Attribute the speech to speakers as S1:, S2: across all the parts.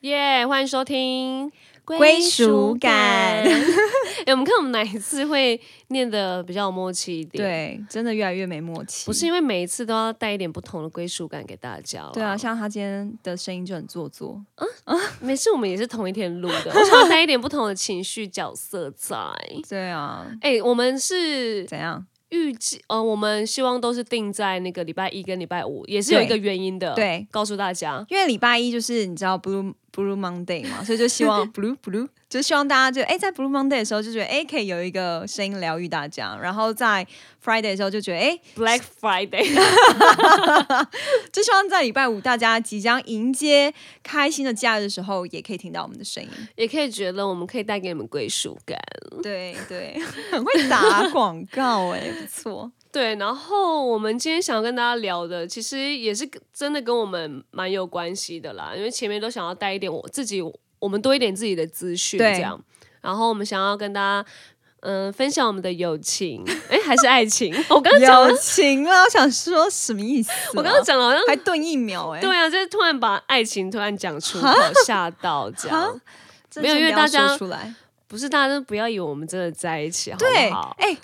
S1: 耶欢迎收听
S2: 归属感
S1: 哎、我们看我们哪一次会念的比较有默契一点？，
S2: 对，真的越来越没默契。
S1: 不是因为每一次都要带一点不同的归属感给大家啦
S2: 对啊，像他今天的声音就很做作，
S1: 每次我们也是同一天录 的，我想要带一点不同的情绪角色在。
S2: 对啊，
S1: 哎、我们是
S2: 怎样？
S1: 预计，呃，我们希望都是定在那个礼拜一跟礼拜五，也是有一个原因的。，
S2: 对，
S1: 告诉大家，
S2: 因为礼拜一就是你知道 Blue Blue Monday 嘛，所以就希 望 Blue Blue 就希望大家就哎、在 Blue Monday 的时候就觉得哎、可以有一个声音疗愈大家，然后在 Friday 的时候就觉得哎、
S1: Black Friday，
S2: 就希望在礼拜五大家即将迎接开心的假日的时候，也可以听到我们的声音。
S1: 也可以觉得我们可以带给你们归属感。
S2: 对对， 很会打广告哎、不错。
S1: 对，然后我们今天想要跟大家聊的，其实也是真的跟我们蛮有关系的啦，因为前面都想要带一点我自己，我们多一点自己的资讯
S2: 对
S1: 这样，然后我们想要跟大家。嗯，分享我们的友情，哎，还是爱情？ 我刚刚讲了，
S2: 友情啊，我想说什么意思啊、
S1: 我刚刚讲了， 好像
S2: 还顿一秒哎、
S1: 对啊，就是突然把爱情突然讲出口，吓到这样。
S2: 真
S1: 没有
S2: 是
S1: 因为
S2: 不要
S1: 大家
S2: 说出来。
S1: 不是大家都不要以为我们真的在一起，好
S2: 对，
S1: 不好？
S2: 哎、因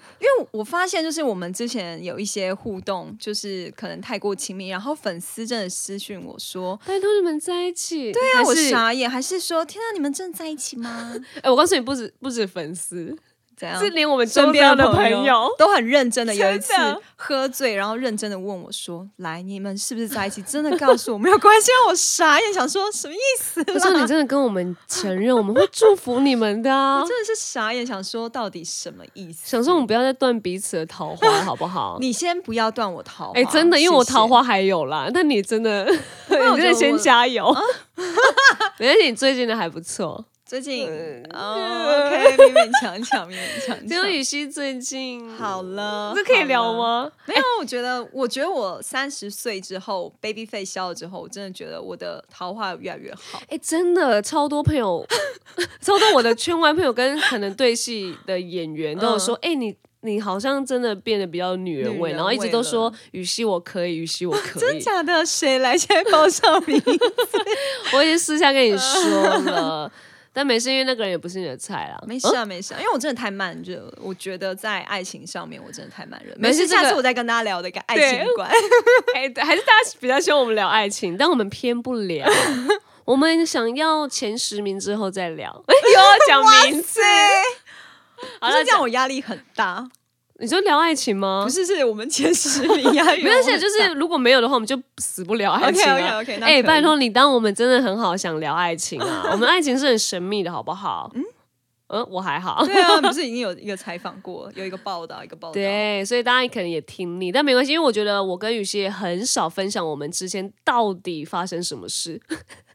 S2: 为我发现就是我们之前有一些互动，就是可能太过亲密，然后粉丝真的私讯我说，
S1: 拜托你们在一起。对
S2: 对啊，我
S1: 是
S2: 傻眼，还是说天啊，你们真的在一起 吗？
S1: 哎，我告诉你，不止不止粉丝，
S2: 怎样
S1: 是？连我们
S2: 嗯身
S1: 身
S2: 边
S1: 边的
S2: 朋
S1: 朋友，
S2: 都很认真的，有一次
S1: 真的
S2: 喝醉，然后认真的问我说：“来，你们是不是在一起？”真的告诉我没有关系，让我傻眼，想说什么意 思
S1: 可是
S2: 啦？
S1: 你真的跟我们承认，我们会祝福你们的、啊
S2: 我。真的是傻眼，想说到底什么意思？
S1: 想说我们不要再断彼此的桃花，好不好？
S2: 你先不要断我桃花，
S1: 哎、真的，因为我
S2: 谢谢
S1: 桃，花还有啦，但你真 的，你真
S2: 我觉
S1: 的
S2: 得
S1: 先
S2: 我
S1: 加油。 没关系，你最近的还不错。
S2: 最近
S1: 嗯
S2: 哦，OK，勉勉强强，勉勉强
S1: 刘
S2: 强。
S1: 雨熙最近
S2: 好，了，
S1: 这可以聊
S2: 好了？
S1: 吗？
S2: 没有，我觉得，我觉得我三十岁之后，baby face 消了之后，我真的觉得我的桃花越来越好。
S1: 哎、真的超多朋 友，超多我的圈外朋友跟可能对戏的演员都有说，哎、你你好像真的变得比较女人
S2: 女
S1: 味，
S2: 人
S1: 然后一直
S2: 味
S1: 都
S2: 了
S1: 说雨熙我可以，雨熙我可以，
S2: 真假的？谁来先报上名？
S1: 我已经私下跟你说了，但没事，因为那个人也不是你的菜啦。
S2: 没事啊，没事啊，因为我真的太慢热了。我觉得在爱情上面，我真的太慢热。
S1: 没
S2: 没
S1: 事
S2: 事，
S1: 这个
S2: 下次我再跟大家聊的一个爱情观。
S1: 哎、还是大家比较希望我们聊爱情，但我们偏不聊。 我们想要前十名之后再聊。哎呦， 讲名字， 好
S2: 好
S1: 了，
S2: 像这样
S1: 讲
S2: 我压力很大。
S1: 你说聊爱情吗
S2: 不？是，是我们前十名压力
S1: 没
S2: 很
S1: 关
S2: 大。
S1: 系，就是如果没有的话，我们就死不聊爱情了。
S2: OK，OK，OK，那
S1: 哎、
S2: 可以
S1: 拜托你，当我们真的很好想聊爱情啊，我们爱情是很神秘的，好不好？嗯，呃，我还好。
S2: 对啊，不是已经有一个采访过，有一个报道，一个报道。
S1: 对，所以大家可能也听腻，但没关系，因为我觉得我跟雨熙也很少分享我们之间到底发生什么事，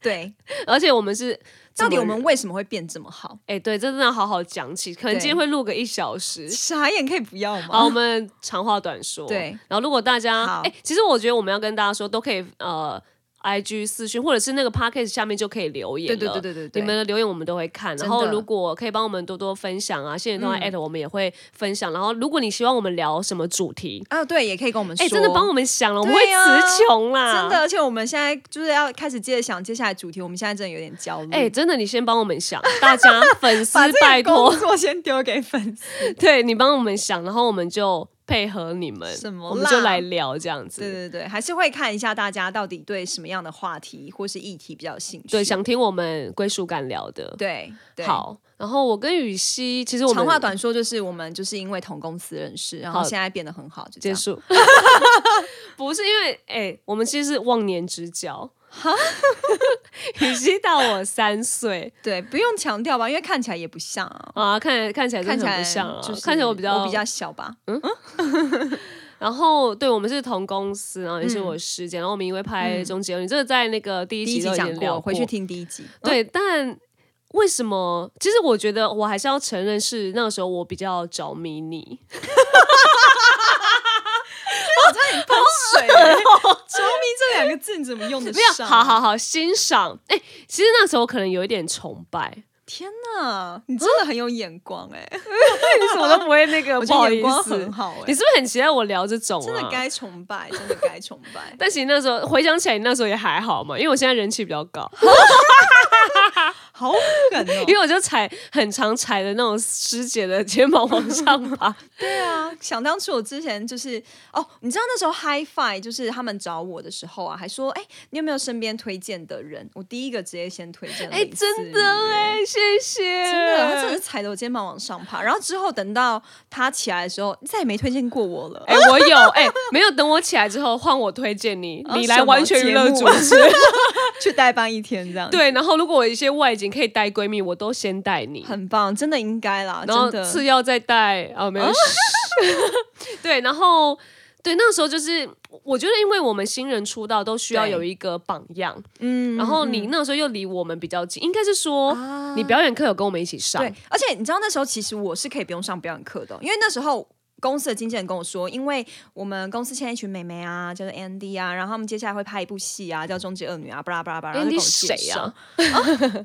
S2: 对，
S1: 而且我们是
S2: 到底
S1: 怎
S2: 我
S1: 么
S2: 们为什么会变这么好？
S1: 哎、对，这真的要好好讲起，可能
S2: 对
S1: 今天会录个一小时。
S2: 傻眼可以不要
S1: 好，我
S2: 吗？
S1: 们长话短说。
S2: 对，
S1: 然后如果大家
S2: 好
S1: 哎、其实我觉得我们要跟大家说，都可以呃，IG 私讯或者是那个 podcast 下面就可以留言
S2: 对
S1: 了。
S2: 对对对对对，
S1: 你们的留言我们都会看，然
S2: 真的
S1: 后如果可以帮我们多多分享啊，现在都在
S2: 嗯
S1: at 我们也会分享。然后如果你希望我们聊什么主题，
S2: 啊，对，也可以跟我们说。
S1: 哎、真的帮我们想了，我们会
S2: 对啊
S1: 词穷啦，
S2: 真的，。而且我们现在就是要开始接着想接下来主题，我们现在真的有点焦虑。
S1: 哎、真的，你先帮我们想， 大家粉丝
S2: 把这
S1: 拜
S2: 个
S1: 托
S2: 工，作先丢给粉丝。
S1: 对你帮我们想，然后我们就配合你们，
S2: 什么
S1: 我们就
S2: 啦
S1: 来聊这样子。
S2: 对对对，还是会看一下大家到底对什么样的话题或是议题比较有兴趣。
S1: 对想听我们归属感聊的，
S2: 对对，。
S1: 好。然后我跟雨熙，其实我们
S2: 长话短说，就是我们就是因为同公司认识，然后
S1: 好
S2: 现在变得很好，就这
S1: 结
S2: 样。
S1: 束， 不是因为哎、我们其实是忘年之交。 雨熙大我三岁
S2: 对，不用强调吧，因为看起来也不像啊，
S1: 啊，看看起来真
S2: 看起
S1: 的很
S2: 来
S1: 不像啊，
S2: 就是
S1: 看起来我比较
S2: 我比较小吧。
S1: 然后对我们是同公司，然后也是
S2: 嗯
S1: 我师姐，然后我们因为拍《
S2: 嗯
S1: 终结你这个在那个第一
S2: 第一
S1: 集
S2: 集
S1: 都已
S2: 讲
S1: 经聊
S2: 过，回去听第一 集。
S1: 对，但为什么？其实我觉得我还是要承认，是那个时候我比较着迷你，
S2: 喷水、 欸，着迷这两个字你怎么 用得
S1: 没有，
S2: 上？
S1: 好，
S2: 啊
S1: 好好欣赏。哎、其实那时候可能有一点崇 拜，
S2: 天哪，你真的很有眼光哎、
S1: 你什么都不会那个，
S2: 我
S1: 不
S2: 觉
S1: 好
S2: 得
S1: 意
S2: 眼光
S1: 思
S2: 很。好哎、
S1: 你是不是很期待我聊这种、啊？。
S2: 真的。该崇拜，真的该崇拜
S1: 但其实那时候回想起来，你那时候也还好嘛，因为我现在人气比较高。
S2: 好狠哦！
S1: 因为我就踩很常踩的那种师姐的肩膀往上爬，
S2: 对啊，想当初我之前就是哦，你知道那时候 HiFi 就是他们找我的时候啊，还说哎、你有没有身边推荐的人？我第一个直接先推荐
S1: 哎、
S2: 李思
S1: 真
S2: 雨
S1: 的哎、谢谢，
S2: 真的，他真 的是踩着我肩膀往上爬。然后之后等到他起来的时候，再也没推荐过我了。
S1: 哎、我有哎、没有等我起来之后换我推荐你，
S2: 啊
S1: 你
S2: 什
S1: 来
S2: 么
S1: 完全娱乐
S2: 节
S1: 主
S2: 目
S1: 持。
S2: 去代班一天这 样，，
S1: 对，然后如果我有一些外景可以带闺蜜，我都先带你，
S2: 很棒，真的应该啦，
S1: 然后
S2: 真的。哦
S1: 次要再带啊，没有。 对，然后对那时候就是，我觉得因为我们新人出道都需要
S2: 对
S1: 有一个榜样，
S2: 嗯
S1: 然后你那时候又离我们比较近，应该是说
S2: 啊
S1: 你表演课有跟我们一起上
S2: 对，，而且你知道那时候其实我是可以不用上表演课的，因为那时候。公司的经纪人跟我说，因为我们公司现在一群妹妹啊，叫做 Andy 啊，然后他们接下来会拍一部戏啊，叫《终极恶女》啊，巴拉巴拉巴拉。然后就
S1: Andy
S2: 跟我介
S1: 哎谁
S2: 绍
S1: 啊？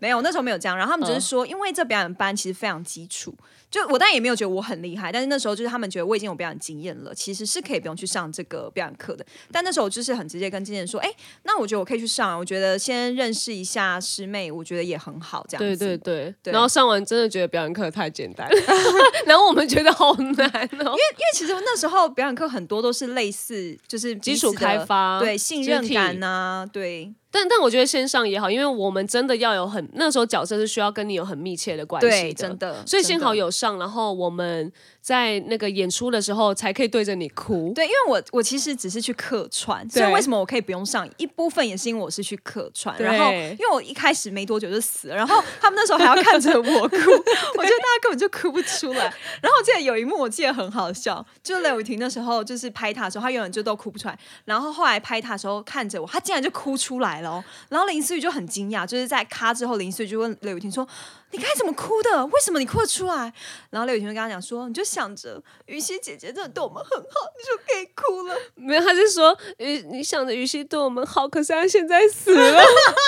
S2: 没有，那时候没有这样。然后他们只是
S1: 嗯
S2: 说，因为这表演班其实非常基础，就我当然也没有觉得我很厉害，但是那时候就是他们觉得我已经有表演经验了，其实是可以不用去上这个表演课的。但那时候我就是很直接跟经纪人说，哎，那我觉得我可以去上，啊我觉得先认识一下师妹，我觉得也很好，这样
S1: 对
S2: 子。
S1: 对对，
S2: 对
S1: 然后上完真的觉得表演课太简单了， 然后我们觉得好难哦，
S2: 因为其实那时候表演课很多都是类似，就是
S1: 基
S2: 彼此
S1: 础
S2: 的
S1: 开发
S2: 对信任感
S1: 呢。
S2: 呐、对
S1: 但但我觉得线上也好，因为我们真的要有很那时候角色是需要跟你有很密切的关系
S2: 对，真的。
S1: 所以幸好
S2: 真的。
S1: 有上，然后我们在那个演出的时候才可以对着你哭。
S2: 对，因为我我其实只是去客串，所以
S1: 对
S2: 为什么我可以不用上？一部分也是因为我是去客串，
S1: 对
S2: 然后因为我一开始没多久就死了，然后他们那时候还要看 着我哭，我觉得大家根本就哭不出来。然后我记得有一幕我记得很好笑，就是雷雨婷那时候就是拍她的时候，她永远就都哭不出来，然后后来拍她的时候看着我，她竟然就哭出来了哦、然后林思雨就很惊讶，就是在咔之后，林思雨就问雷雨婷说：“你该怎么哭的？为什么你哭得出来？”然后雷雨婷就跟她讲说：“你就想着于西姐姐真的对我们很好，你就可以哭了。”
S1: 没有，他是说，于你想着于西对我们好，可是他现在死 了。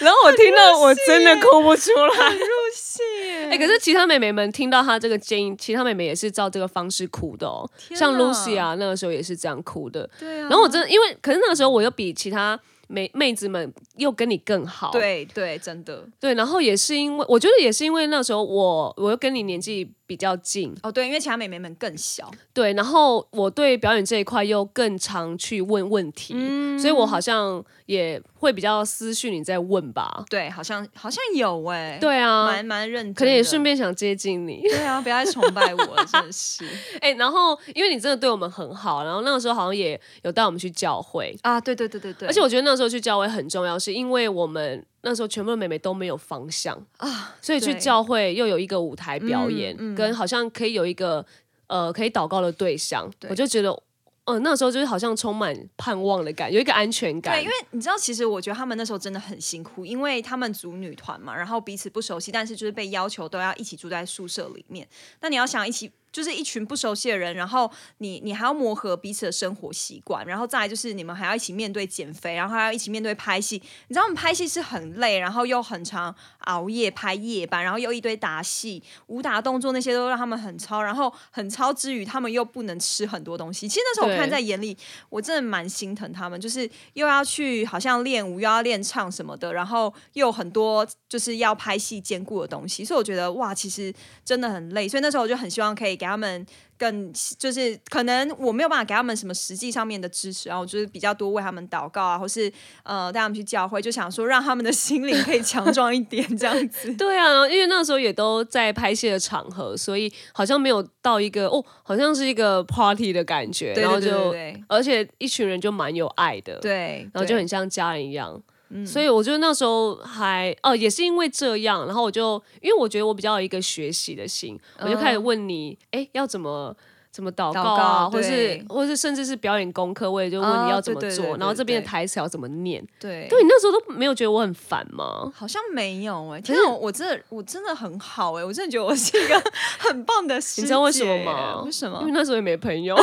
S1: 然后我听到我真的哭不出来。
S2: 入戏耶，
S1: 哎、可是其他妹妹们听到他这个建议，其他妹妹也是照这个方式哭的哦。
S2: 天
S1: 像
S2: 哪
S1: Lucy 啊，那个时候也是这样哭的。
S2: 对啊
S1: 然后我真的，因为可是那个时候我又比其他妹妹子们又跟你更好，
S2: 对对，真的
S1: 对，然后也是因为我觉得也是因为那时候我我又跟你年纪比较近，
S2: 哦，对，因为其他妹妹们更小，
S1: 对，然后我对表演这一块又更常去问问题，
S2: 嗯
S1: 所以我好像也会比较私讯你在问吧，
S2: 对，好像好像有哎、，
S1: 对啊
S2: 蛮，蛮认真的，
S1: 可能也顺便想接近你。
S2: 对啊，不要再崇拜我了，真 的是
S1: 哎、然后因为你真的对我们很好，然后那个时候好像也有带我们去教会，
S2: 啊，对对对对对，
S1: 而且我觉得那时候去教会很重要，是因为我们那时候全部的妹妹都没有方向啊，所以去
S2: 对
S1: 教会又有一个舞台表演，
S2: 嗯嗯
S1: 跟好像可以有一个呃可以祷告的对象，
S2: 对
S1: 我就觉得。嗯，那时候就是好像充满盼望的感，有一个安全感。
S2: 对，因为你知道，其实我觉得他们那时候真的很辛苦，因为他们组女团嘛，然后彼此不熟悉，但是就是被要求都要一起住在宿舍里面。那你要想一起，就是一群不熟悉的人，然后你你还要磨合彼此的生活习惯，然后再来就是你们还要一起面对减肥，然后还要一起面对拍戏。你知道我们拍戏是很累，然后又很常熬夜拍夜班，然后又一堆打戏、武打动作那些都让他们很超，然后很超之余，他们又不能吃很多东西。其实那时候我看
S1: 对
S2: 在眼里，我真的蛮心疼他们，就是又要去好像练舞，又要练唱什么的，然后又有很多就是要拍戏兼顾的东西，所以我觉得哇，其实真的很累。所以那时候我就很希望可以给他们更，就是可能我没有办法给他们什么实际上面的支持，然后我就是比较多为他们祷告啊，或是呃带他们去教会，就想说让他们的心灵可以强壮一点，这 样子。
S1: 对啊，然后因为那时候也都在拍戏的场合，所以好像没有到一个哦，好像是一个 party 的感觉，
S2: 对
S1: 然后
S2: 对对对
S1: 就
S2: 对
S1: 而且一群人就蛮有爱的，
S2: 对，嗯
S1: 然后就很像家人一样。所以我觉得那时候还哦，也是因为这样，然后我就因为我觉得我比较有一个学习的心，我就开始问你，哎、要怎么怎么祷告啊，
S2: 嗯祷告
S1: 或是
S2: 对
S1: 或是甚至是表演功课，我也就问
S2: 哦
S1: 你要怎么
S2: 对
S1: 做，
S2: 对对对
S1: 然后这边的
S2: 对
S1: 台词要怎么念。
S2: 对
S1: 对，你那时候都没有觉得我很烦吗？
S2: 好像没有哎、欸，天啊，我真的我真的很好哎、我真的觉得我是一 个很棒的师姐。
S1: 你知道为什么吗？
S2: 为什么
S1: 因为？那时候也没朋
S2: 哦
S1: 友。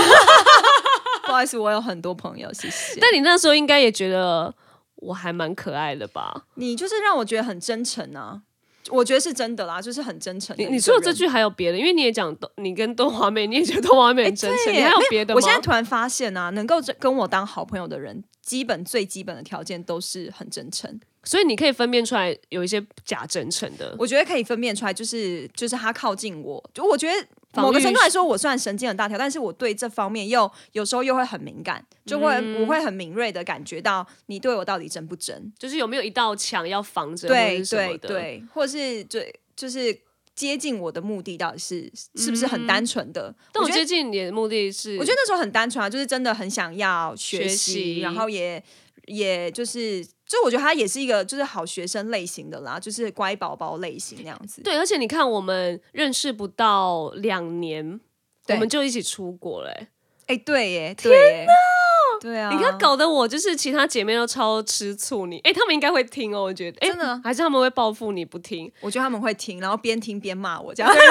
S2: 不好意思，我有很多朋友，谢谢。
S1: 但你那时候应该也觉得我还蛮可爱的吧？
S2: 你就是让我觉得很真诚啊，我觉得是真的啦，就是很真诚的一
S1: 你
S2: 个人。
S1: 你说的这句还有别的，因为你也讲东你跟东华妹，你也觉得东华妹很真诚，
S2: 哎对
S1: 你
S2: 耶
S1: 还有别的吗？
S2: 我现在突然发现啊，能够这跟我当好朋友的人，基本最基本的条件都是很真诚。
S1: 所以你可以分辨出来有一些假真诚的。
S2: 我觉得可以分辨出来，就是就是他靠近我，就我觉得。
S1: 防御
S2: 某个程度来说，我虽然神经很大条，但是我对这方面又有时候又会很敏感，就会、
S1: 嗯
S2: 我会很敏锐的感觉到你对我到底真不真，
S1: 就是有没有一道墙要防着，或者
S2: 对
S1: 是什么
S2: 对
S1: 的，
S2: 对，或是对就是接近我的目的到底是是不是很单纯的？
S1: 嗯但我
S2: 觉
S1: 接
S2: 得
S1: 近你的目的是，
S2: 我觉得那时候很单纯啊，就是真的很想要学习，
S1: 学习
S2: 然后也也就是，就我觉得他也是一个就是好学生类型的啦，就是乖宝宝类型那样子。
S1: 对，而且你看，我们认识不到两年，我
S2: 对
S1: 们就一起出国了、欸
S2: 哎、对耶，对耶，对啊，
S1: 你看，搞得我就是其他姐妹都超吃醋你，哎、她们应该会听哦，我觉得，哎、
S2: 真的
S1: 还是她们会报复你不 听，
S2: 我觉得他们会听，然后边听边骂我这样。
S1: 对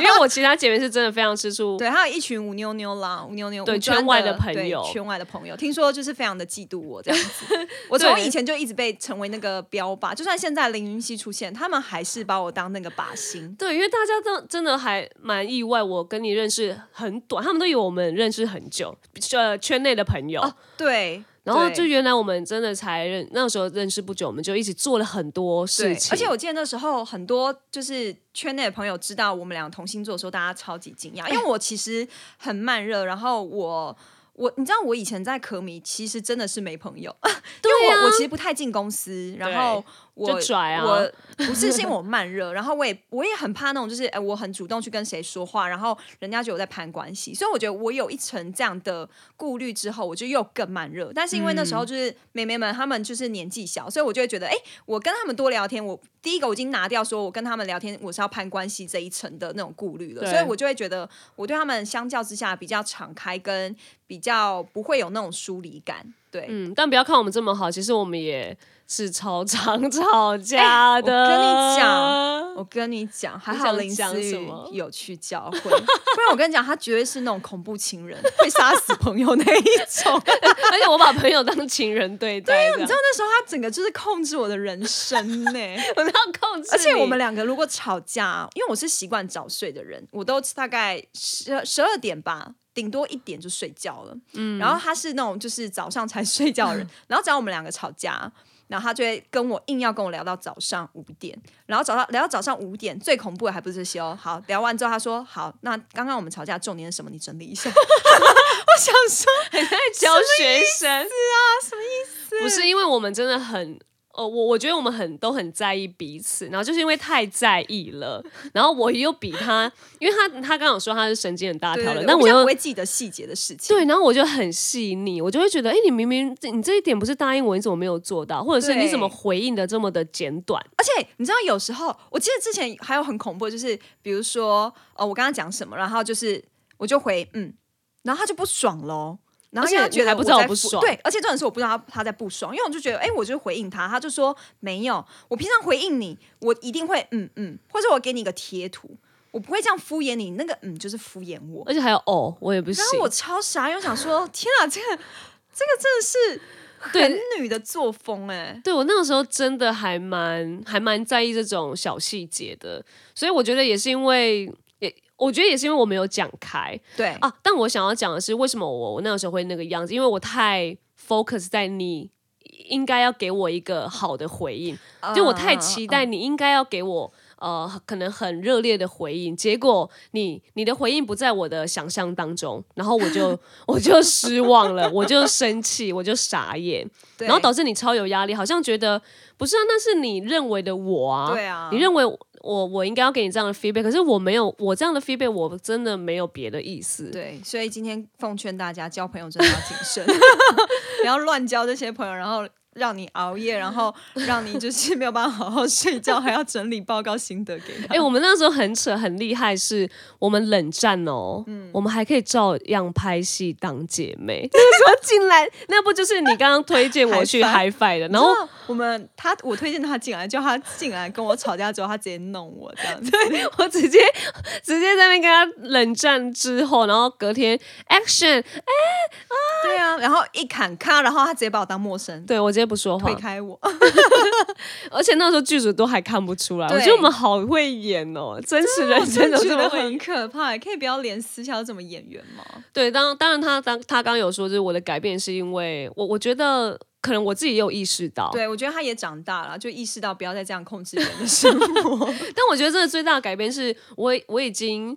S1: 因为我其他姐妹是真的非常吃醋，
S2: 对，还有一群无妞妞啦，无妞妞，
S1: 对
S2: 无专
S1: 圈外的
S2: 的
S1: 朋友
S2: 对圈外的朋友，听说就是非常的嫉妒我这样子。 我从
S1: 对
S2: 以前就一直被成为那个标靶，就算现在林云熙出现，他们还是把我当那个靶心。
S1: 对，因为大家都真的还蛮意外，我跟你认识很短，他们都以为我们认识很久，呃，圈内的朋
S2: 哦
S1: 友。
S2: 对，
S1: 然后
S2: 对
S1: 就原来我们真的才认那时候认识不久，我们就一起做了很多
S2: 对
S1: 事，情，
S2: 而且我记得那时候很多就是圈内的朋友知道我们两个同星座的时候，大家超级惊
S1: 哎
S2: 讶，因为我其实很慢热，然后我。我你知道我以前在可米其实真的是没朋友， 因为我我其实不太进公司，然后我
S1: 啊就拽啊
S2: 我不是是因为我 慢热，然后我也我也很怕那种就是哎、我很主动去跟谁说话，然后人家觉得我在攀关系，所以我觉得我有一层这样的顾虑之后，我就又更慢热。但是因为那时
S1: 嗯
S2: 候就是妹妹们她们就是年纪小，所以我就会觉得哎、我跟他们多聊天，我第一个我已经拿掉说我跟他们聊天我是要攀关系这一层的那种顾虑了，
S1: 对
S2: 所以我就会觉得我对他们相较之下比较敞开，跟比较不会有那种疏离感。对，
S1: 嗯，但不要看我们这么好，其实我们也是超常 吵架的。
S2: 哎我跟你 讲，我跟你讲，还好
S1: 想
S2: 林
S1: 讲
S2: 思
S1: 什
S2: 雨
S1: 么
S2: 有去教会，不然我跟你讲，他绝对是那种恐怖 情人，会杀死朋友那一种。
S1: 而且我把朋友当情人对待，对
S2: 啊你知道那时候他整个就是控制我的人生呢、
S1: 我要控制你，
S2: 而且我们两个如果吵架，因为我是习惯早睡的人，我都大概十十二点吧，顶多一点就睡觉了。嗯，然后他是那种就是早上才睡觉的人，然后只要我们两个吵架。然后他就会跟我硬要跟我聊到早上五点，然后早上聊到早上五点，最恐怖的还不是这些哦。好，聊完之后他说：“好，那刚刚我们吵架重点是什么？你整理一下。”我想说，
S1: 在教学生啊，什么意思？不是因为我们真的很。呃，我我觉得我们很都很在意彼此，然后就是因为太在意了，然后我又比他，因为他他刚刚有说他是神经很大
S2: 对
S1: 条
S2: 对
S1: 的
S2: 对，，
S1: 但
S2: 我比
S1: 我
S2: 较
S1: 又
S2: 不会记得细节的事情。
S1: 对，然后我就很细腻，我就会觉得，哎、你明明这你这一点不是答应我，你怎么没有做到，或者是
S2: 对
S1: 你怎么回应的这么的简短？
S2: 而且你知道，有时候我记得之前还有很恐怖的，就是比如说，呃，我跟他讲什么，然后就是我就回嗯，然后他就不爽喽。然后因为
S1: 而
S2: 他
S1: 且
S2: 觉
S1: 你还
S2: 得
S1: 不知道
S2: 我
S1: 我
S2: 在
S1: 不
S2: 敷
S1: 爽
S2: 对，而且重点是我不知道他他在不爽，因为我就觉得，哎，我就回应他，他就说没有，我平常回应你，我一定会嗯嗯，或者我给你一个贴图，我不会这样敷衍你，那个嗯就是敷衍我。
S1: 而且还有哦，我也不行
S2: 然。后我超傻，因为我想说，天啊，这个这个真的
S1: 对
S2: 是很女的作风哎、
S1: 对我那个时候真的还蛮还蛮在意这种小细节的，所以我觉得也是因为也。我觉得也是因为我没有讲开
S2: 对
S1: 啊，但我想要讲的是，为什么我我那个时候会那个样子？因为我太 focus 在你应该要给我一个好的回应，啊就我
S2: 啊嗯
S1: 太期待你应该要给我呃可能很热烈的回应，结果你你的回应不在我的想象当中，然后我 就我就失望了，我就生气，我就傻眼，
S2: 对，
S1: 然后导致你超有压力，好像觉得不是啊，那是你认为的我啊，
S2: 对啊，
S1: 你认为我我我应该要给你这样的 feedback，可是我没有我这样的 feedback，我真的没有别的意思，
S2: 对，所以今天奉劝大家交朋友真的要谨慎， 不要乱交这些朋友，然后让你熬夜，然后让你就是没有办法好好睡觉，还要整理报告心得给他。
S1: 哎、我们那时候很扯，很厉害，是我们冷战哦，
S2: 嗯
S1: 我们还可以照样拍戏当姐妹。那个时候进来， 那不就是你刚刚推荐我 去
S2: Hi-Fi
S1: Hi Fi 的？
S2: 然
S1: 然
S2: 后
S1: 后
S2: 我们他，我推荐他进来，叫他进来跟我吵架之后，他直接弄我 这样子。
S1: 我直接直接在那边跟他冷战之后，然后隔天 Action，
S2: 对啊，然后一砍咔，然后他直接把我当陌生。
S1: 对我直接接不说话
S2: 推，开我，
S1: 而且那时候剧组都还看不出来，我
S2: 对
S1: 觉得我们好会演哦，真实人生
S2: 的
S1: 中
S2: 觉
S1: 这么
S2: 得
S1: 会
S2: 很
S1: 演。
S2: 可怕。可以不要连私下都这么演员吗？
S1: 对，当当然他当他刚刚有说，就是我的改变是因为我我觉得可能我自己也有意识到，
S2: 对，我觉得他也长大了，就意识到不要再这样控制人的生活。
S1: 但我觉得真的最大的改变是我我已经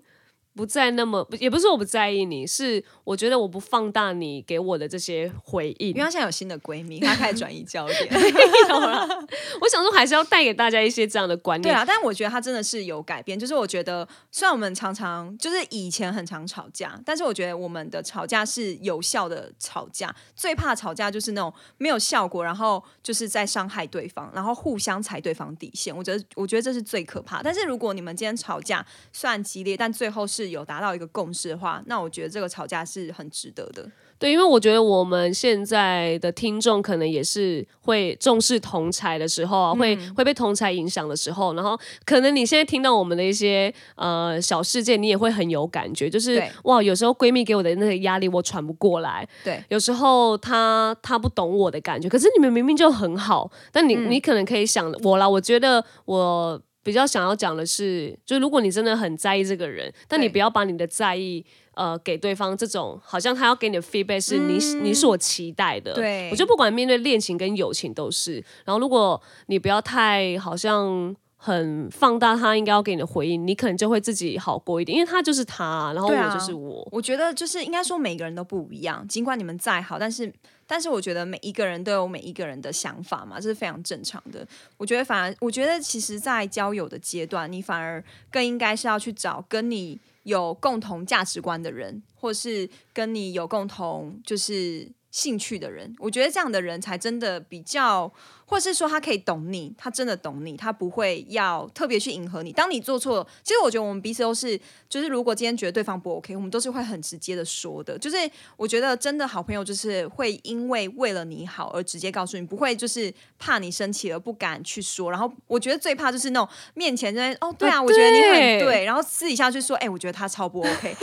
S1: 不再那么，也不是说我不在意你，是我觉得我不放大你给我的这些回应
S2: 因为。她现在有新的闺蜜，她开始转移焦点。
S1: 我想说还是要带给大家一些这样的观
S2: 对
S1: 念。
S2: 啊， 但我觉得她真的是有改变。就是我觉得，虽然我们常常就是以前很常吵架，但是我觉得我们的吵架是有效的吵架。最怕吵架就是那种没有效果，然后就是在伤害对方，然后互相踩对方底线。我觉得，我觉得这是最可怕。但是如果你们今天吵架虽然激烈，但最后是有达到一个共识的话，那我觉得这个吵架是很值得的。
S1: 对，因为我觉得我们现在的听众可能也是会重视同才的时候啊，
S2: 嗯
S1: 会会被同才影响的时候，然后可能你现在听到我们的一些呃小事件，你也会很有感觉，就是
S2: 对
S1: 哇，有时候闺蜜给我的那个压力我喘不过来，
S2: 对，
S1: 有时候他他不懂我的感觉，可是你们明明就很好，但你、
S2: 嗯
S1: 你可能可以想我啦，我觉得我比较想要讲的是，就是如果你真的很在意这个人，但你
S2: 对
S1: 不要把你的在意。呃，给对方这种好像他要给你的 feedback 是你、
S2: 嗯
S1: 你所期待的，
S2: 对
S1: 我觉得不管面对恋情跟友情都是。然后如果你不要太好像很放大他应该要给你的回应，你可能就会自己好过一点，因为他就是他，然后
S2: 对
S1: 我
S2: 啊
S1: 就是我，
S2: 我觉得就是应该说每个人都不一样，尽管你们再好，但是但是我觉得每一个人都有每一个人的想法嘛，这是非常正常的。我觉得反而，我觉得其实，在交友的阶段，你反而更应该是要去找跟你有共同价值观的人，或是跟你有共同就是兴趣的人。我觉得这样的人才真的比较，或是说他可以懂你，他真的懂你，他不会要特别去迎合你。当你做错，其实我觉得我们彼此都是，就是如果今天觉得对方不 OK，我们都是会很直接的说的。就是我觉得真的好朋友就是会因为为了你好而直接告诉你，不会就是怕你生气而不敢去说。然后我觉得最怕就是那种面前在那边哦，对啊，
S1: 啊
S2: 我觉得你很
S1: 对
S2: 对，然后私底下去说，哎、我觉得他超不 OK，哎、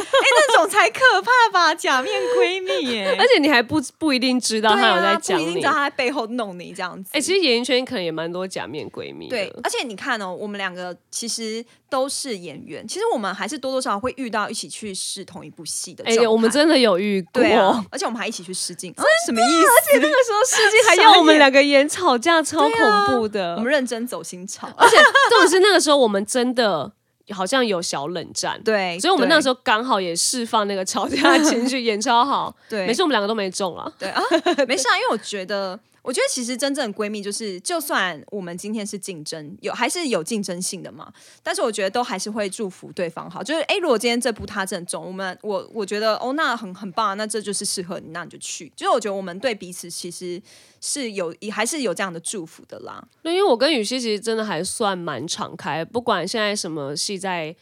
S2: 那种才可怕吧，假面闺蜜 耶。
S1: 而且你还不不一定知道
S2: 对
S1: 他有在
S2: 啊，
S1: 讲
S2: 不一定
S1: 你
S2: 知道。他在背后弄你这样子。
S1: 哎、其实演艺圈可能也蛮多假面闺蜜的。
S2: 对，而且你看哦，我们两个其实都是演员，其实我们还是多多少少会遇到一起去试同一部戏的
S1: 哎、
S2: 状态。
S1: 我们真的有遇过，
S2: 对啊，而且我们还一起去试镜，啊、什么意思？
S1: 那个时候世界还要我们两个演吵架，超恐怖的。
S2: 啊我们认真走心潮。
S1: 而且重点是那个时候我们真的好像有小冷战，，
S2: 对，
S1: 所以我们那时
S2: 候
S1: 候刚好也释放那个吵架的情 绪，演超好。
S2: 对
S1: 没事，我们两个都没中啊。
S2: 对啊， 没事啊，因为我觉得，我觉得其实真正的闺蜜就是，就算我们今天是竞争，有还是有竞争性的嘛，但是我觉得都还是会祝福对方好。就是哎、诶如果今天这部他正中，我们我我觉得哦，那很很棒啊，那这就是适合你，那你就去。就是我觉得我们对彼此其实是有还是有这样的祝福的啦。
S1: 对，因为我跟雨熙其实真的还算蛮敞开，不管现在什么戏在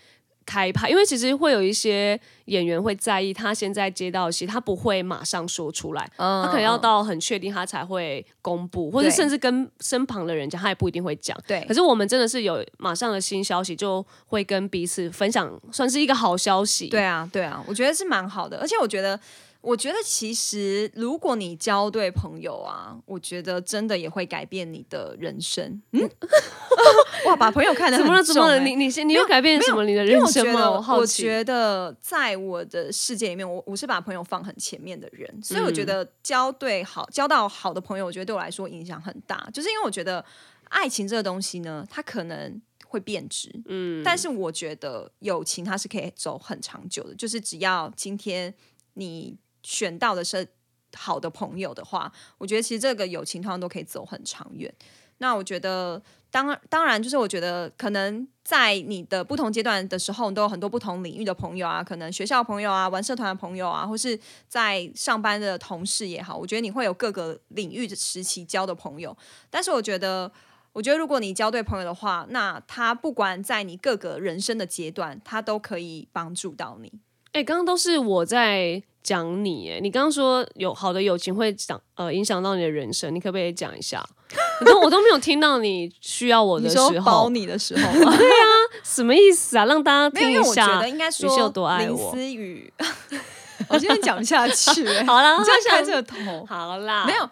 S1: 开拍，因为其实会有一些演员会在意他现在接到的戏，他不会马上说出来，
S2: 嗯
S1: 他可能要到很确定他才会公布，或者
S2: 对
S1: 甚至跟身旁的人讲，他也不一定会讲。
S2: 对
S1: 可是我们真的是有马上的新消息，就会跟彼此分享，算是一个好消息。
S2: 对啊，对啊，我觉得是蛮好的，而且我觉得。我觉得其实，如果你交对朋友啊，我觉得真的也会改变你的人生。嗯， 哇，把朋友看得
S1: 怎
S2: 很重、
S1: 么
S2: 欸
S1: 了？怎么了？你你先，你有改变什么你的
S2: 因为
S1: 人
S2: 我觉
S1: 生吗？
S2: 得，
S1: 好
S2: 我
S1: 奇。
S2: 觉得在我的世界里面，我我是把朋友放很前面的人，所以我
S1: 嗯
S2: 觉得交对好、交到好的朋友，我觉得对我来说影响很大，就是因为我觉得爱情这个东西呢，它可能。会变质，嗯，但是我觉得友情它是可以走很长久的，就是只要今天你选到的是好的朋友的话，我觉得其实这个友情通常都可以走很长远。那我觉得当当然，就是我觉得可能在你的不同阶段的时候，你都有很多不同领域的朋友啊，可能学校朋友啊，玩社团的朋友啊，或是在上班的同事也好，我觉得你会有各个领域的时期交的朋友。但是我觉得，我觉得如果你交对朋友的话，那他不管在你各个人生的阶段，他都可以帮助到你。
S1: 哎、刚刚都是我在讲你，哎，你刚刚说有好的友情会讲呃影响到你的人生，你可不可以讲一下？ 我都我都没有听到你需要我
S2: 你
S1: 的时
S2: 说包
S1: 候，
S2: 你的时候 吗？
S1: 什么意思啊？让大家
S2: 没有，
S1: 听
S2: 因为
S1: 一
S2: 我觉
S1: 下
S2: 得。应该说
S1: 你是有多爱
S2: 林
S1: 我
S2: 思 雨，我今天讲不下去、欸，
S1: 好啦，
S2: 你这样
S1: 我
S2: 开
S1: 想
S2: 这个头，
S1: 好啦，
S2: 没有，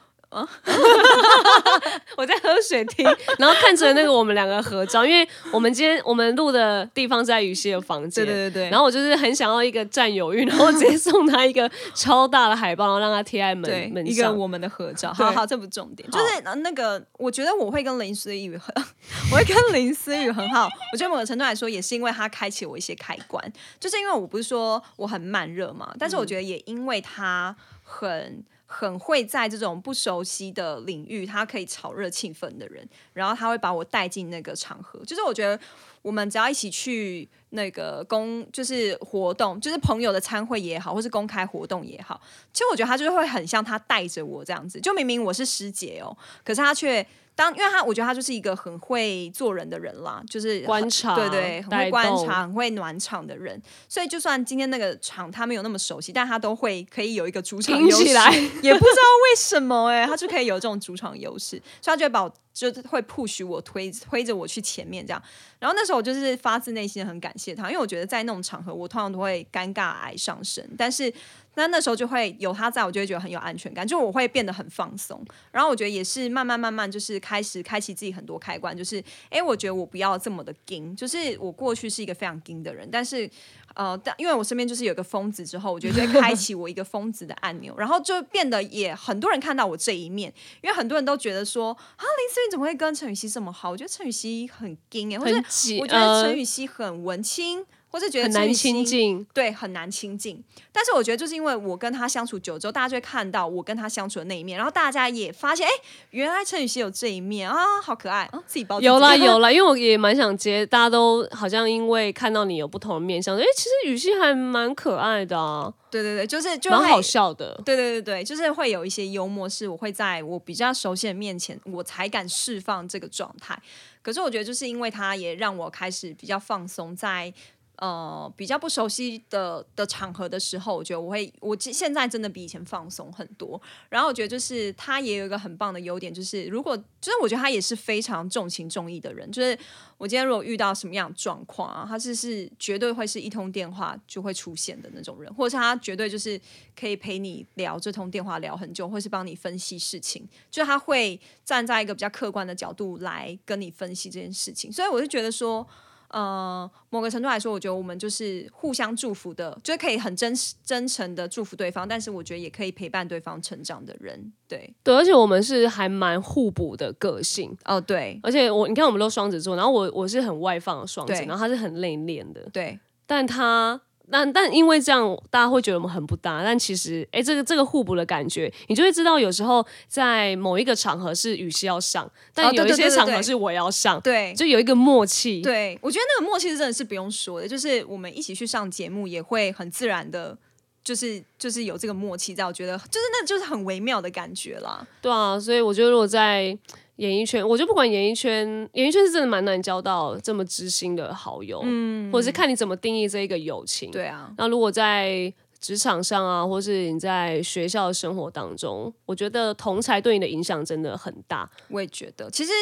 S1: 我在喝水听，然后看着那个我们两个合照，因为我们今天我们录的地方是在雨熙的房间，
S2: 对对对对
S1: 然后我就是很想要一个占有欲，然后直 接送他一个超大的海报，然后让他贴在
S2: 对
S1: 门门
S2: 一个
S1: 上。
S2: 我们的合照。好好，这不重点，就是呃那个，我觉得我会跟林思雨很， 我会跟林思雨很好。我觉得某个程度来说，也是因为他开启我一些开关，就是因为我不是说我很慢热嘛，但是我觉得也因为他很。很会在这种不熟悉的领域，他可以炒热气氛的人，然后他会把我带进那个场合。就是我觉得我们只要一起去那个公，就是活动，就是朋友的参会也好，或是公开活动也好，其实我觉得他就是会很像他带着我这样子，就明明我是师姐哦，可是他却当，因为他我觉得他就是一个很会做人的人啦，就是很
S1: 观察
S2: 对对，很
S1: 带
S2: 会观
S1: 动
S2: 察，很会暖场的人，所以就算今天那个场他没有那么熟悉，但他都会可以有一个主场
S1: 听
S2: 优势，
S1: 起来
S2: 也不知道为什么哎、他就可以有这种主场优势，所以他就会把我就是会 push 我推推着我去前面这样，然后那时候我就是发自内心地很感谢他，因为我觉得在那种场合，我通常都会尴尬癌上身，但是那那时候就会有他在，我就会觉得很有安全感，就我会变得很放松。然后我觉得也是慢慢慢慢就是开始开启自己很多开关，就是哎，诶我觉得我不要这么的硬，就是我过去是一个非常硬的人，但是呃，但因为我身边就是有一个疯子之后，我觉得就会开启我一个疯子的按钮，然后就变得也很多人看到我这一面，因为很多人都觉得说啊，林思雨怎么会跟陈雨希这么好？我觉得陈雨希很硬哎、或者
S1: 很挤，
S2: 我觉得
S1: 呃
S2: 陈雨希很文青，或是觉得
S1: 很
S2: 陈
S1: 难
S2: 雨希
S1: 亲，近，
S2: 对，很难亲近。但是我觉得就是因为我跟他相处久之后，大家就会看到我跟他相处的那一面，然后大家也发现，哎，原来陈雨希有这一面啊，好可爱啊，自己包自己
S1: 哦有啦有啦，因为我也蛮想接，大家都好像因为看到你有不同的面相，哎、其实雨欣还蛮可爱的啊，
S2: 对对对，就是就
S1: 蛮
S2: 会
S1: 好笑的。
S2: 对对对对，就是会有一些幽默，是我会在我比较熟悉的面前，我才敢释放这个状态。可是我觉得，就是因为它也让我开始比较放松在，呃比较不熟悉的的场合的时候，我觉得我会，我其现在真的比以前放松很多。然后我觉得，就是他也有一个很棒的优点，就是如果，就是我觉得他也是非常重情重义的人，就是我今天如果遇到什么样的状况啊，他是是绝对会是一通电话就会出现的那种人，或者是他绝对就是可以陪你聊这通电话聊很久，或是帮你分析事情，就他会站在一个比较客观的角度来跟你分析这件事情，所以我就觉得说。呃，某个程度来说，我觉得我们就是互相祝福的，就是可以很真实、真诚的祝福对方，但是我觉得也可以陪伴对方成长的人。对，
S1: 对，而且我们是还蛮互补的个性，
S2: 哦，对，
S1: 而且我你看我们都双子座，然后我我是很外放的双子，
S2: 对
S1: 然后他是很内敛的，
S2: 对，
S1: 但他但但因为这样，大家会觉得我们很不搭，但其实哎、诶这个这个互补的感觉，你就会知道有时候在某一个场合是雨熙要上，但
S2: 哦对
S1: 有一
S2: 对对
S1: 些
S2: 对
S1: 场合
S2: 对
S1: 是我要上，
S2: 对，
S1: 就有一个默契。
S2: 对，我觉得那个默契是真的是不用说的，就是我们一起去上节目也会很自然的，就是就是有这个默契在，我觉得就是那就是很微妙的感觉啦。
S1: 对啊，所以我觉得如果在演艺圈，我就不管演艺圈，演艺圈是真的蛮难交到这么知心的好友，嗯，或者是看你怎么定义这一个友情。，
S2: 对啊，
S1: 那如果在职场上啊，或是你在学校的生活当中，我觉得同才对你的影响真的很大。
S2: 我也觉得，其实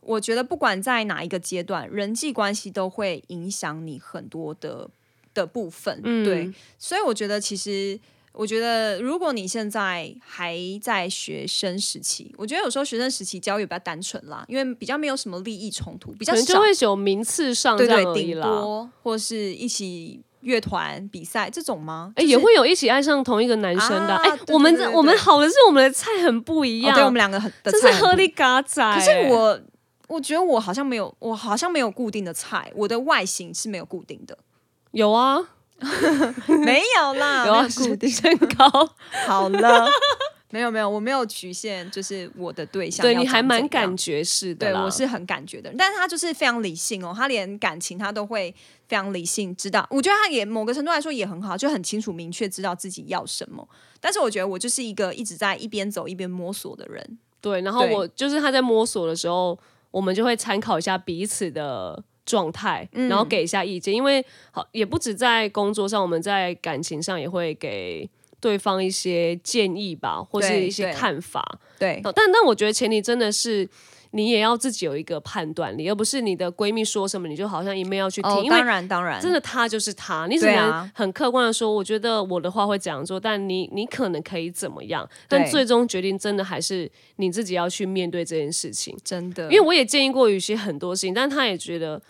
S2: 我觉得不管在哪一个阶段，人际关系都会影响你很多的的部分。
S1: 嗯，
S2: 对，，所以我觉得其实。我觉得，如果你现在还在学生时期，我觉得有时候学生时期交友比较单纯啦，因为比较没有什么利益冲突，比较
S1: 可能就
S2: 少
S1: 会有名次上这
S2: 对
S1: 样
S2: 对，
S1: 而已
S2: 顶
S1: 啦。
S2: 多或是一起乐团比赛这种吗？
S1: 哎、
S2: 就是
S1: 也会有一起爱上同一个男生的啊。
S2: 啊
S1: 哎、
S2: 对对
S1: 我们
S2: 对对
S1: 我们
S2: 对
S1: 好的是我们的菜很不一
S2: 哦
S1: 样，
S2: 对我们两个很的
S1: 这
S2: 菜
S1: 是
S2: 很
S1: 喝
S2: 不一
S1: 力嘎仔、欸
S2: 可是我我觉得我好像没有，我好像没有固定的菜，我的外形是没有固定的，
S1: 有啊，
S2: 没有啦，
S1: 有
S2: 没
S1: 啊，
S2: 固 定。
S1: 身高。
S2: 好 了，没有没有，我没有局限，就是我的对象要
S1: 对
S2: 长
S1: 你
S2: 怎样。
S1: 还蛮感觉是的
S2: 对，
S1: 啦，
S2: 我是很感觉的人，但是他就是非常理性哦，他连感情他都会非常理性，知道。我觉得他也某个程度来说也很好，就很清楚明确知道自己要什么。但是我觉得我就是一个一直在一边走一边摸索的人，
S1: 对。然后
S2: 对
S1: 我就是他在摸索的时候，我们就会参考一下彼此的状态，然
S2: 嗯
S1: 后给一下意见，因为好也不止在工作上，我们在感情上也会给。对方一些建议吧，或是
S2: 对
S1: 一些
S2: 对
S1: 看法。
S2: 对
S1: 哦但但我觉得前提真的是你也要自己有一个判断力，而不是你的闺蜜说什么你就好像一面要去听，
S2: 哦，
S1: 因为
S2: 当然当然，
S1: 真的他就是他，你只
S2: 对
S1: 能
S2: 啊
S1: 很客观的说，我觉得我的话会怎样做，但你你可能可以怎么样，但
S2: 对
S1: 最终决定真的还是你自己要去面对这件事情。
S2: 真的，
S1: 因为我也建议过雨熙很多事情，但他也觉得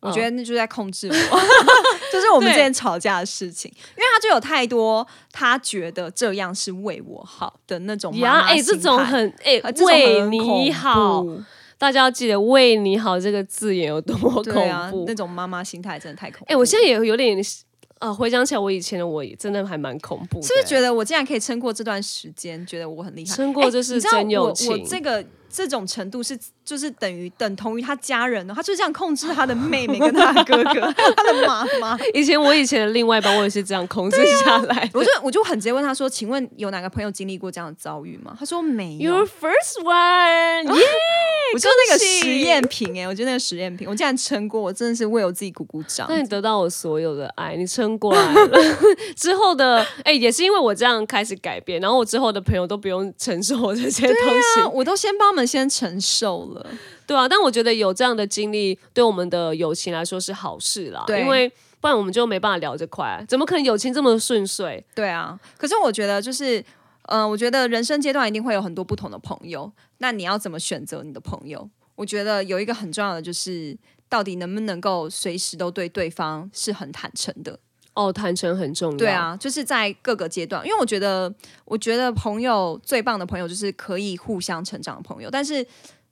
S2: 我觉得那就是在控制我， 就是我们
S1: 嗯对
S2: 之前吵架的事情，因为他就有太多他觉得这样是为我好的那种妈
S1: 呀，
S2: 妈
S1: 哎、
S2: 哦心态，
S1: 这种很哎、
S2: 啊这种
S1: 为
S2: 很
S1: 你
S2: 恐
S1: 好，
S2: 怖
S1: 大家要记得“为你好”这个字眼有多么恐
S2: 对啊，
S1: 怖。
S2: 那种妈妈心态真的太恐怖。
S1: 哎、我现在也有点啊、回想起来，我以前的我也真的还蛮恐怖的，
S2: 是不是觉得我竟然可以撑过这段时间，觉得我很厉害？
S1: 撑过这
S2: 哎
S1: 是
S2: 你知道
S1: 真友
S2: 我
S1: 情
S2: 我这个这种程度是就是等于等同于他家人哦，他就这样控制他的妹妹跟他的哥哥， 还有他的妈妈。
S1: 以前我以前的另外一半，我也是这样控制下 来的。
S2: 我就我就很直接问他说：“请问有哪个朋友经历过这样的遭遇吗？”他说没有。
S1: Your first one，耶、
S2: 我就那个
S1: 恭喜
S2: 实验品哎、我觉得那个实验品，我竟然撑过，我真的是为我自己鼓鼓掌。
S1: 那你得到我所有的爱，你撑过来了。 之后的，哎、也是因为我这样开始改变，然后我之后的朋友都不用承受我这些东西。
S2: 啊我都先帮他们先承受了，
S1: 对啊，但我觉得有这样的经历，对我们的友情来说是好事啦，
S2: 对
S1: 因为不然我们就没办法聊这块，啊怎么可能友情这么顺遂？
S2: 对啊。可是我觉得就是，呃，我觉得人生阶段一定会有很多不同的朋友，那你要怎么选择你的朋友？我觉得有一个很重要的就是，到底能不能够随时都对对方是很坦诚的。
S1: 哦，坦诚很重要。
S2: 对，啊，就是在各个阶段，因为我觉得，我觉得朋友最棒的朋友就是可以互相成长的朋友，但是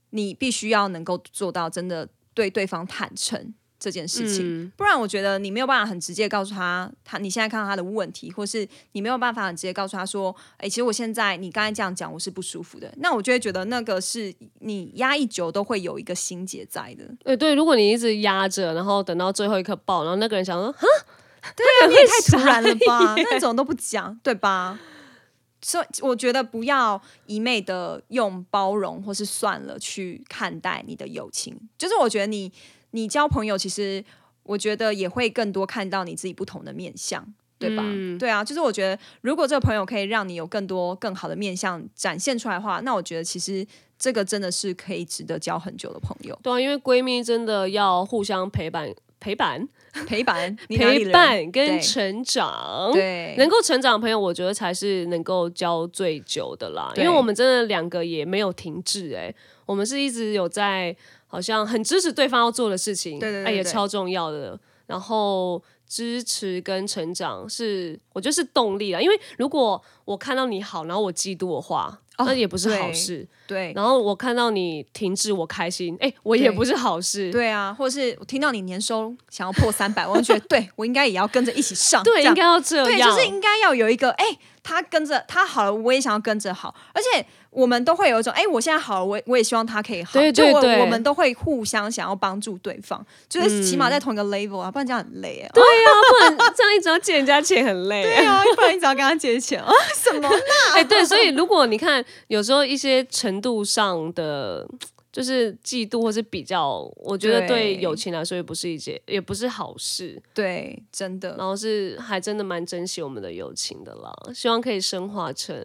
S2: 你必须要能够做到真的对对方坦诚这件事情，
S1: 嗯，
S2: 不然我觉得你没有办法很直接告诉他，他你现在看到他的问题，或是你没有办法很直接告诉他说，哎、其实我现在你刚才这样讲我是不舒服的，那我就会觉得那个是你压抑久都会有一个心结在的，
S1: 对呃对，如果你一直压着，然后等到最后一刻爆，然后那个人想说，哈
S2: 对啊，你也太突然了吧？那怎么都不讲，对吧？所以我觉得不要一昧的用包容或是算了去看待你的友情，就是我觉得你你交朋友，其实我觉得也会更多看到你自己不同的面相。对吧？
S1: 嗯
S2: 对啊，就是我觉得，如果这个朋友可以让你有更多更好的面相展现出来的话，那我觉得其实这个真的是可以值得交很久的朋友。
S1: 对啊，因为闺蜜真的要互相陪伴、陪伴、
S2: 陪伴，你哪里
S1: 陪
S2: 人，
S1: 伴跟
S2: 对
S1: 成长。
S2: 对，
S1: 能够成长的朋友，我觉得才是能够交最久的啦。因
S2: 对
S1: 为我们真的两个也没有停滞、欸，我们是一直有在，好像很支持对方要做的事情，
S2: 对对对
S1: 哎也
S2: 对
S1: 超重要的。然后支持跟成长是，我觉得是动力啦。因为如果我看到你好，然后我嫉妒的话，
S2: 哦
S1: 那也不是好
S2: 对
S1: 事。
S2: 对，
S1: 然后我看到你停滞，我开心，哎、我也
S2: 对
S1: 不是好事。
S2: 对啊，或者是我听到你年收想要破三百，我就觉 得对我应该也要跟着一起上，
S1: 对，
S2: 这
S1: 应
S2: 样
S1: 该要这样。
S2: 对，就是应该要有一个哎、他跟着他好了，我也想要跟着好，而且我们都会有一种哎、我现在好了，我也我也希望他可以好，
S1: 对对
S2: 就
S1: 对
S2: 我我们都会互相想要帮助对方，就是起码在同一个 level 啊，不然这样很累啊。
S1: 嗯对啊，不然这样一直要借人家钱很累、
S2: 对啊，不然你只要跟他 借钱啊？什么？
S1: 哎、对，所以如果你看，有时候一些程度上的。就是嫉妒或是比较，我觉得对
S2: 对
S1: 友情来说也不是一件，也不是好事。
S2: 对，真的
S1: 然后是还真的蛮珍惜我们的友情的啦，希望可以升华成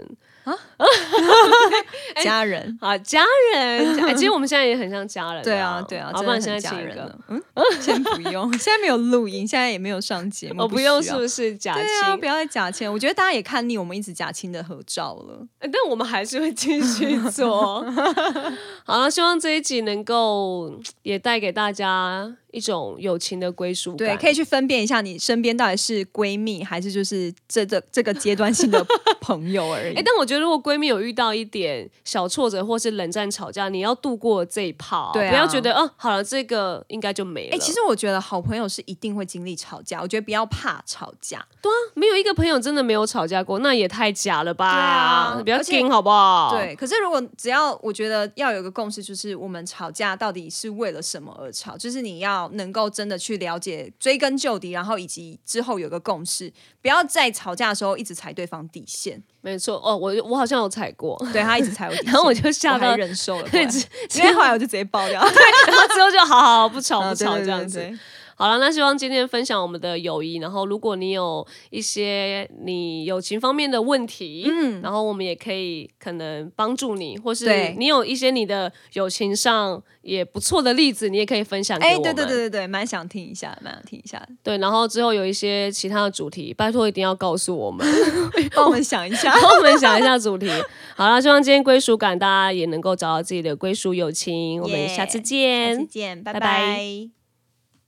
S2: 家人。
S1: 啊家人、哎其实我们现在也很像家人啦。
S2: 对啊，对啊，
S1: 哎好，
S2: 真
S1: 不然
S2: 的
S1: 现在
S2: 很家
S1: 请一
S2: 人
S1: 个哦
S2: 了，。嗯，先不用，现在没有录音，现在也没有上节 目，
S1: 哦，不用
S2: 需
S1: 是
S2: 要
S1: 不是假
S2: 对
S1: 亲、
S2: 啊，不要再假亲，我觉得大家也看腻我们一直假亲的合照了。
S1: 哎但我们还是会继续 做。 好了，希望这一集能够嗯也带给大家一种友情的归属感。
S2: 对，可以去分辨一下你身边到底是闺蜜还是就是这这这个阶段性的 朋友而已。
S1: 哎、但我觉得如果闺蜜有遇到一点小挫折或是冷战吵架，你要度过这一趴，
S2: 对啊
S1: 不要觉得哦、好了，这个应该就没了。
S2: 哎、其实我觉得好朋友是一定会经历吵架，我觉得不要怕吵架。
S1: 没有一个朋友真的没有吵架过，那也太假了吧？
S2: 对啊
S1: 不要
S2: 而且
S1: 听好不好？，
S2: 对，可是如果只要我觉得要有一个共识，就是我们吵架到底是为了什么而吵，就是你要能够真的去了解、追根究底，然后以及之后有个共识，不要在吵架的时候一直踩对方底线，
S1: 没错。哦，我我好像有踩过，
S2: 对他一直踩 我底线，
S1: 然后我就吓
S2: 我还
S1: 到
S2: 忍 受了，
S1: 对
S2: 因为后来我就直接爆掉，
S1: 然后之后就好好好不吵
S2: 啊
S1: 不
S2: 对
S1: 吵
S2: 对
S1: 这样
S2: 对
S1: 子。
S2: 对
S1: 好了，那希望今天分享我们的友谊，然后如果你有一些你友情方面的问题，嗯，然后我们也可以可能帮助你，或是
S2: 对
S1: 你有一些你的友情上也不错的例子，你也可以分享给我
S2: 哎，
S1: 们。
S2: 对对对对对，蛮想听一下，蛮想听一下的，
S1: 对然后之后有一些其他的主题，拜托一定要告诉我们。
S2: 帮我们想一下。
S1: 帮我们想一下主题。好了，希望今天归属感大家也能够找到自己的归属友情。我们下次见
S2: 下次。见，拜
S1: 拜
S2: 拜。
S1: 拜